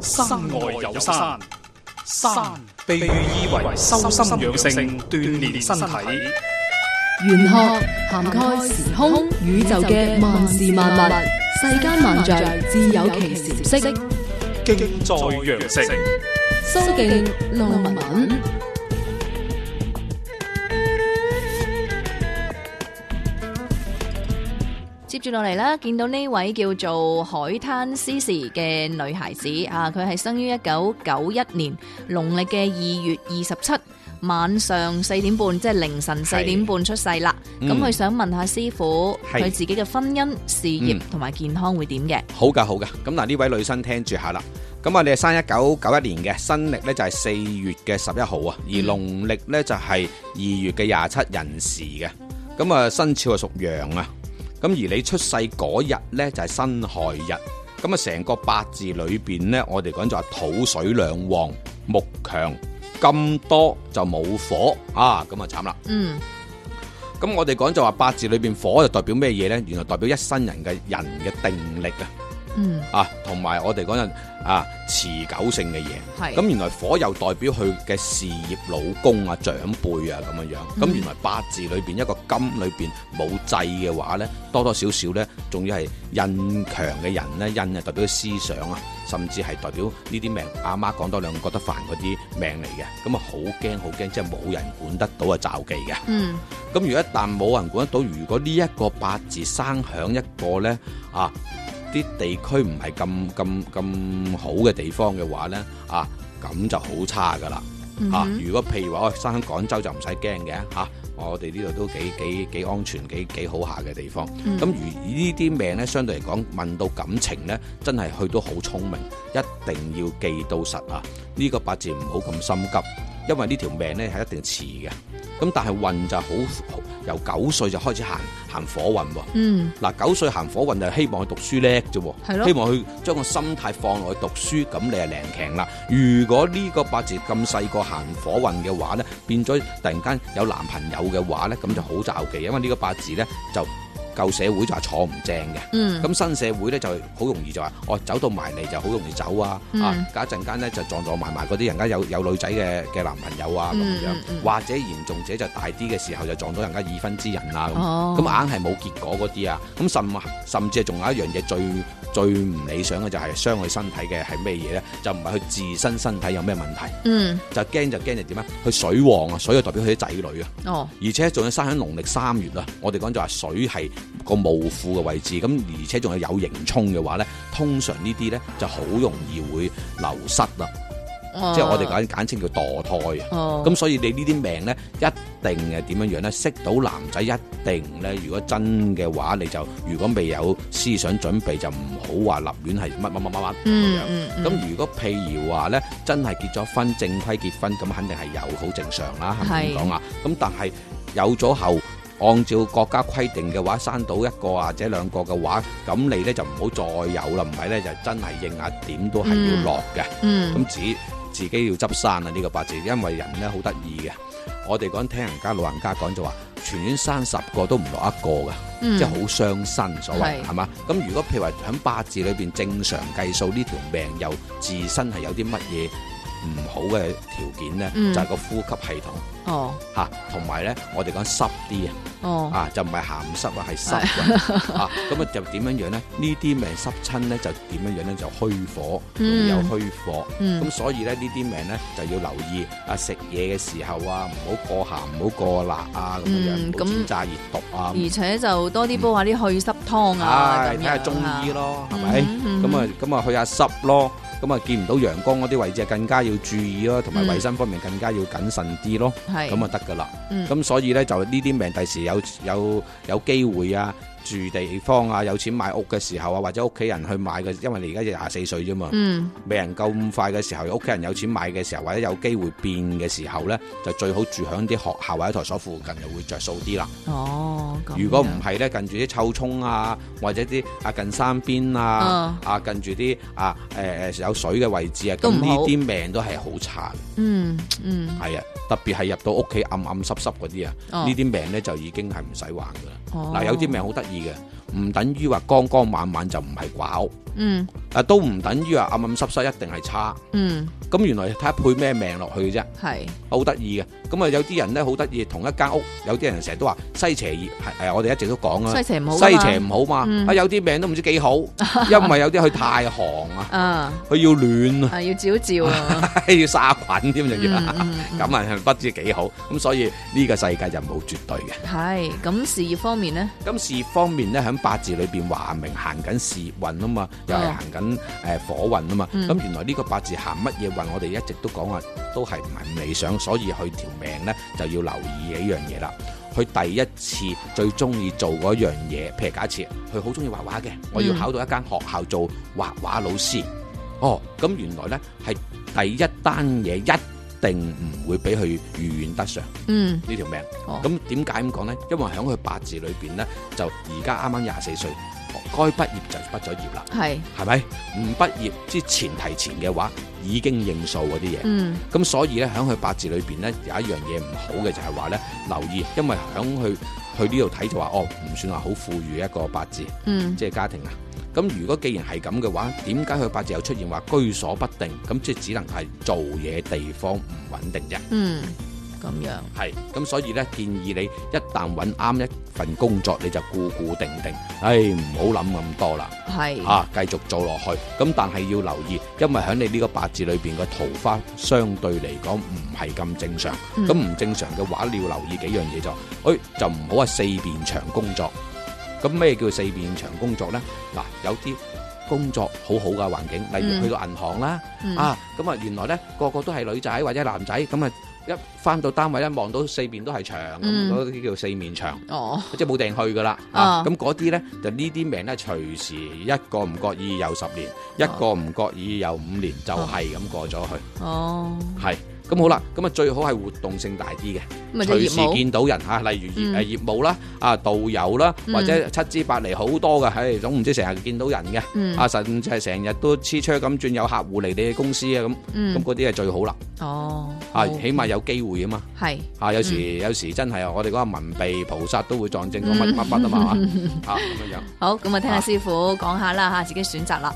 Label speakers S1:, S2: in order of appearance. S1: 山外有山，山被喻意為修心養性、鍛鍊身體。
S2: 玄學涵蓋時空宇宙嘅萬事萬物，世間萬象自有其時色。
S1: 經在羊城，
S2: 蘇敬路文。
S3: 接住落嚟啦，見到呢位叫做海灘詩時嘅女孩子啊，佢係生於一九九一年農曆嘅二月二十七晚上四點半，即係凌晨四點半出世啦。咁佢、
S4: 嗯
S3: 想問下師傅，佢
S4: 係
S3: 自己嘅婚姻、事業
S4: 嗯
S3: 同埋健康會點嘅？
S4: 好噶，好噶。咁嗱，呢位女生聽住下啦。咁啊，你係生一九九一年嘅，新歷呢就係四月嘅十一號啊，而農曆呢就係二月嘅廿七人時嘅。咁啊，生肖係屬羊啊。咁而你出世嗰日呢，就係辛亥日。咁啊，成個八字裏邊呢，我哋講就係土水兩旺，木強金多就冇火啊，咁啊慘啦。
S3: 嗯，
S4: 咁我哋講就話八字裏邊火就代表咩嘢呢？原來代表一生人嘅人嘅定力啊。
S3: 嗯，
S4: 啊，同埋我哋講緊啊持久性嘅嘢。
S3: 係。
S4: 咁原來火又代表佢嘅事業、老公啊、長輩啊咁樣樣。咁、
S3: 嗯
S4: 原來八字裏邊一個金裏邊冇制嘅話呢，多多少少呢，仲要係印強嘅人呢，印啊代表思想啊，甚至係代表呢啲命。阿媽講多兩句覺得煩嗰啲命嚟嘅，咁啊好驚好驚，即係冇人管得到啊，罩忌嘅。
S3: 嗯，
S4: 咁如果一旦冇人管得到，如果呢一個八字生響一個呢，啊，啲地區唔係咁咁咁好嘅地方嘅話呢，啊，咁就好差噶啦。
S3: 嗯
S4: 啊
S3: 哼，
S4: 如果譬如話我生喺廣州就唔使驚嘅嚇，我哋呢度都幾幾幾安全、幾幾好下嘅地方。
S3: 嗯
S4: 咁如呢啲命呢，相對嚟講問到感情呢，真係去到好聰明，一定要記到實啊！呢、個八字唔好咁心急，因為呢條命呢係一定遲嘅。咁但係運就好，好由九歲就開始行行火運喎。
S3: 嗯，
S4: 嗱，九歲行火運就希望佢讀書叻啫
S3: 係咯
S4: 喎，希望佢將個心態放落去讀書，咁你係零強啦。如果呢個八字咁細個行火運嘅話呢，變咗突然間有男朋友嘅話呢，咁就好罩忌，因為呢個八字呢，就舊社會就係坐唔正嘅。
S3: 嗯，
S4: 咁新社會咧就好容易就話，哦走到埋嚟就好容易走啊，
S3: 嗯
S4: 啊隔一陣間咧就撞撞埋埋嗰啲人家有有女仔嘅嘅男朋友啊咁
S3: 嗯
S4: 樣，
S3: 嗯嗯
S4: 或者嚴重者就大啲嘅時候就撞到人家已婚之人啊
S3: 哦
S4: 咁，咁硬係冇結果嗰啲啊，咁甚甚至係仲有一樣嘢最最唔理想嘅就係傷佢身體嘅係咩嘢咧？就唔係佢自身身體有咩問題，
S3: 嗯，
S4: 就驚就驚就點啊？佢水旺啊，水就代表佢啲仔女啊。
S3: 哦，
S4: 而且仲要生喺農曆三月啦，啊我哋講就話水係個墓庫嘅位置，咁而且仲係有刑沖嘅話呢，通常呢啲呢就好容易會流失啦，即係我哋
S3: 解，
S4: 簡簡稱叫墮胎啊。
S3: 哦，
S4: 咁所以你呢啲命呢，一定係點樣樣呢？識到男仔一定呢，如果真嘅話，你就如果未有思想準備，就唔好話立亂係乜乜乜乜乜咁
S3: 嗯
S4: 樣。
S3: 嗯，嗯
S4: 咁如果譬如話呢，真係結咗婚，正規結婚，咁肯定係有好正常啦，係咪
S3: 係
S4: 咁講啊？咁但係有咗後，按照國家規定嘅話，生到一個或者兩個嘅話，咁你呢就唔好再有啦，唔係呢就真係應下點都係要落嘅。
S3: 嗯
S4: 咁自己自己要執生啊！呢、個八字，因為人呢好得意嘅，我哋講聽人家老人家講就話，全院生十個都唔落一個㗎。
S3: 嗯
S4: 即係好傷身，所
S3: 係
S4: 謂係嘛？咁如果譬如話喺八字裏邊正常計數呢條命，又自身係有啲乜嘢唔好嘅條件呢？
S3: 嗯
S4: 就係個呼吸系統
S3: 哦
S4: 嚇，同埋呢，我哋講濕啲啊，
S3: 哦，
S4: 啊就唔係鹹濕啊，係濕嘅啊。咁啊就點樣樣呢？呢啲命濕親呢，就點樣樣呢？就虛火，容易有
S3: 嗯
S4: 虛火。
S3: 嗯
S4: 咁所以咧呢啲命咧就要留意啊食嘢嘅時候啊，唔好過鹹，唔好過辣啊咁樣
S3: 嗯
S4: 樣，唔好
S3: 咁
S4: 煎炸熱毒啊。
S3: 而且就多啲煲下啲去濕湯啊，
S4: 唉，
S3: 咁
S4: 睇下
S3: 樣
S4: 中醫咯，係咪
S3: 嗯哼？
S4: 咁啊，咁啊去下濕咯，咁啊見唔到陽光嗰啲位置更加要注意咯，同埋
S3: 嗯
S4: 衞生方面更加要謹慎啲咯，
S3: 啊，係
S4: 咁啊得噶啦。
S3: 嗯
S4: 咁所以呢，就呢啲病第時有有有機會啊，住地方啊，有錢買屋嘅時候啊，或者屋企人去買嘅，因為你而家廿四歲啫嘛，
S3: 嗯
S4: 未能夠咁快嘅時候，屋企人有錢買嘅時候，或者有機會變嘅時候呢，就最好住響啲學校或者台所附近，就會着數啲啦。
S3: 哦，咁
S4: 如果唔
S3: 樣
S4: 係咧，近住啲臭涌啊，或者啲啊近山邊啊，啊近住啲啊誒誒有水嘅位置啊，
S3: 哦都
S4: 咁
S3: 唔
S4: 呢
S3: 好
S4: 啲命都係好差嘅，
S3: 嗯嗯
S4: 係啊，特別係入到屋企暗暗濕濕嗰啲啊，
S3: 哦
S4: 呢啲命咧就已經係唔使還噶啦。
S3: 哦
S4: 嗱，有啲命好得意嘅，唔等於話剛剛晚晚就唔係寡屋，
S3: 嗯
S4: 啊都唔等於話暗暗濕濕一定係差。
S3: 嗯
S4: 咁原來睇下配咩命落去嘅啫，
S3: 係
S4: 好得意嘅。咁啊有啲人咧好得意，同一間屋有啲人成日都話西邪熱係誒，我哋一直都講啊，
S3: 西邪唔好㗎
S4: 西
S3: 嘛
S4: 邪唔好嘛。
S3: 嗯
S4: 啊有啲命都唔知幾 好，因為有啲去太行啊，
S3: 啊
S4: 佢要暖啊，
S3: 啊要照一照啊，
S4: 要殺菌添就
S3: 嗯
S4: 要。
S3: 嗯嗯
S4: 咁啊，係不知幾好，咁所以呢個世界就冇絕對嘅。
S3: 係咁事業方面咧，
S4: 咁事業方面咧，喺八字裏邊話明行緊事業運啊嘛，又係
S3: 哦
S4: 行緊誒火運啊嘛。
S3: 嗯
S4: 咁、原來呢個八字行乜嘢運，我哋一直都講話都係唔係咁理想，所以佢條命咧就要留意幾樣嘢啦。佢第一次最中意做嗰樣嘢，譬如假設佢好中意畫畫嘅，我要
S3: 嗯
S4: 考到一間學校做畫畫老師。哦，咁原來咧係第一單嘢一定唔會俾佢如願得上
S3: 嗯
S4: 呢條命。
S3: 哦
S4: 咁點解咁講呢？因為喺佢八字裏邊呢，就而家啱啱廿四歲，哦該畢業就畢咗業啦，
S3: 係
S4: 係咪？唔畢業之前提前嘅話，已經認數嗰啲嘢。
S3: 嗯
S4: 咁所以呢，喺佢八字裏邊呢，有一樣嘢唔好嘅就係話呢，留意，因為喺佢佢呢度睇就話哦，唔算話好富裕一個八字，
S3: 嗯
S4: 即係家庭啊。咁如果既然係咁嘅話，點解佢八字又出現話居所不定？咁即係只能係做嘢地方唔穩定啫。
S3: 嗯咁樣
S4: 係，咁所以咧建議你一旦揾啱一份工作，你就固固定定，唉，唔好諗咁多啦，
S3: 係
S4: 啊，繼續做落去。咁但係要留意，因為喺你呢個八字裏邊嘅桃花相對嚟講唔係咁正常，
S3: 嗯
S4: 咁唔、正常嘅話，你要留意幾樣嘢就，誒就唔好話四面牆工作。咁咩叫四面牆工作呢？嗱，有啲工作好好嘅環境，例
S3: 嗯
S4: 如去到銀行啦。
S3: 嗯
S4: 啊，咁啊原來咧個個都係女仔或者男仔，咁啊一翻到單位咧望到四面都係牆，咁
S3: 嗯
S4: 嗰啲叫四面牆，
S3: 哦
S4: 即係冇定去噶啦。
S3: 啊
S4: 啊，咁嗰啲咧就呢啲命咧隨時一個唔覺意又十年，一個唔覺意又五年，就係咁過咗去。
S3: 哦
S4: 係咁好啦，咁啊最好係活動性大啲嘅。
S3: 咁咪即係
S4: 隨
S3: 業
S4: 時
S3: 務
S4: 見到人嚇，例如業
S3: 嗯
S4: 誒業務啦、啊導遊啦，
S3: 嗯
S4: 或者七支八嚟好多嘅，唉，總唔知成日見到人嘅，
S3: 嗯
S4: 啊甚至係成日都黐車咁轉有客戶嚟你嘅公司啊咁，咁
S3: 嗯
S4: 嗰啲係最好啦，
S3: 哦
S4: 啊
S3: 好
S4: 起碼有機會啊嘛，
S3: 係
S4: 啊有時有時真啊係我哋嗰個文秘菩薩都會撞正個乜乜乜啊嘛，啊咁樣樣。
S3: 好咁啊，聽下
S4: 啊
S3: 師傅講下啦嚇，自己選擇啦。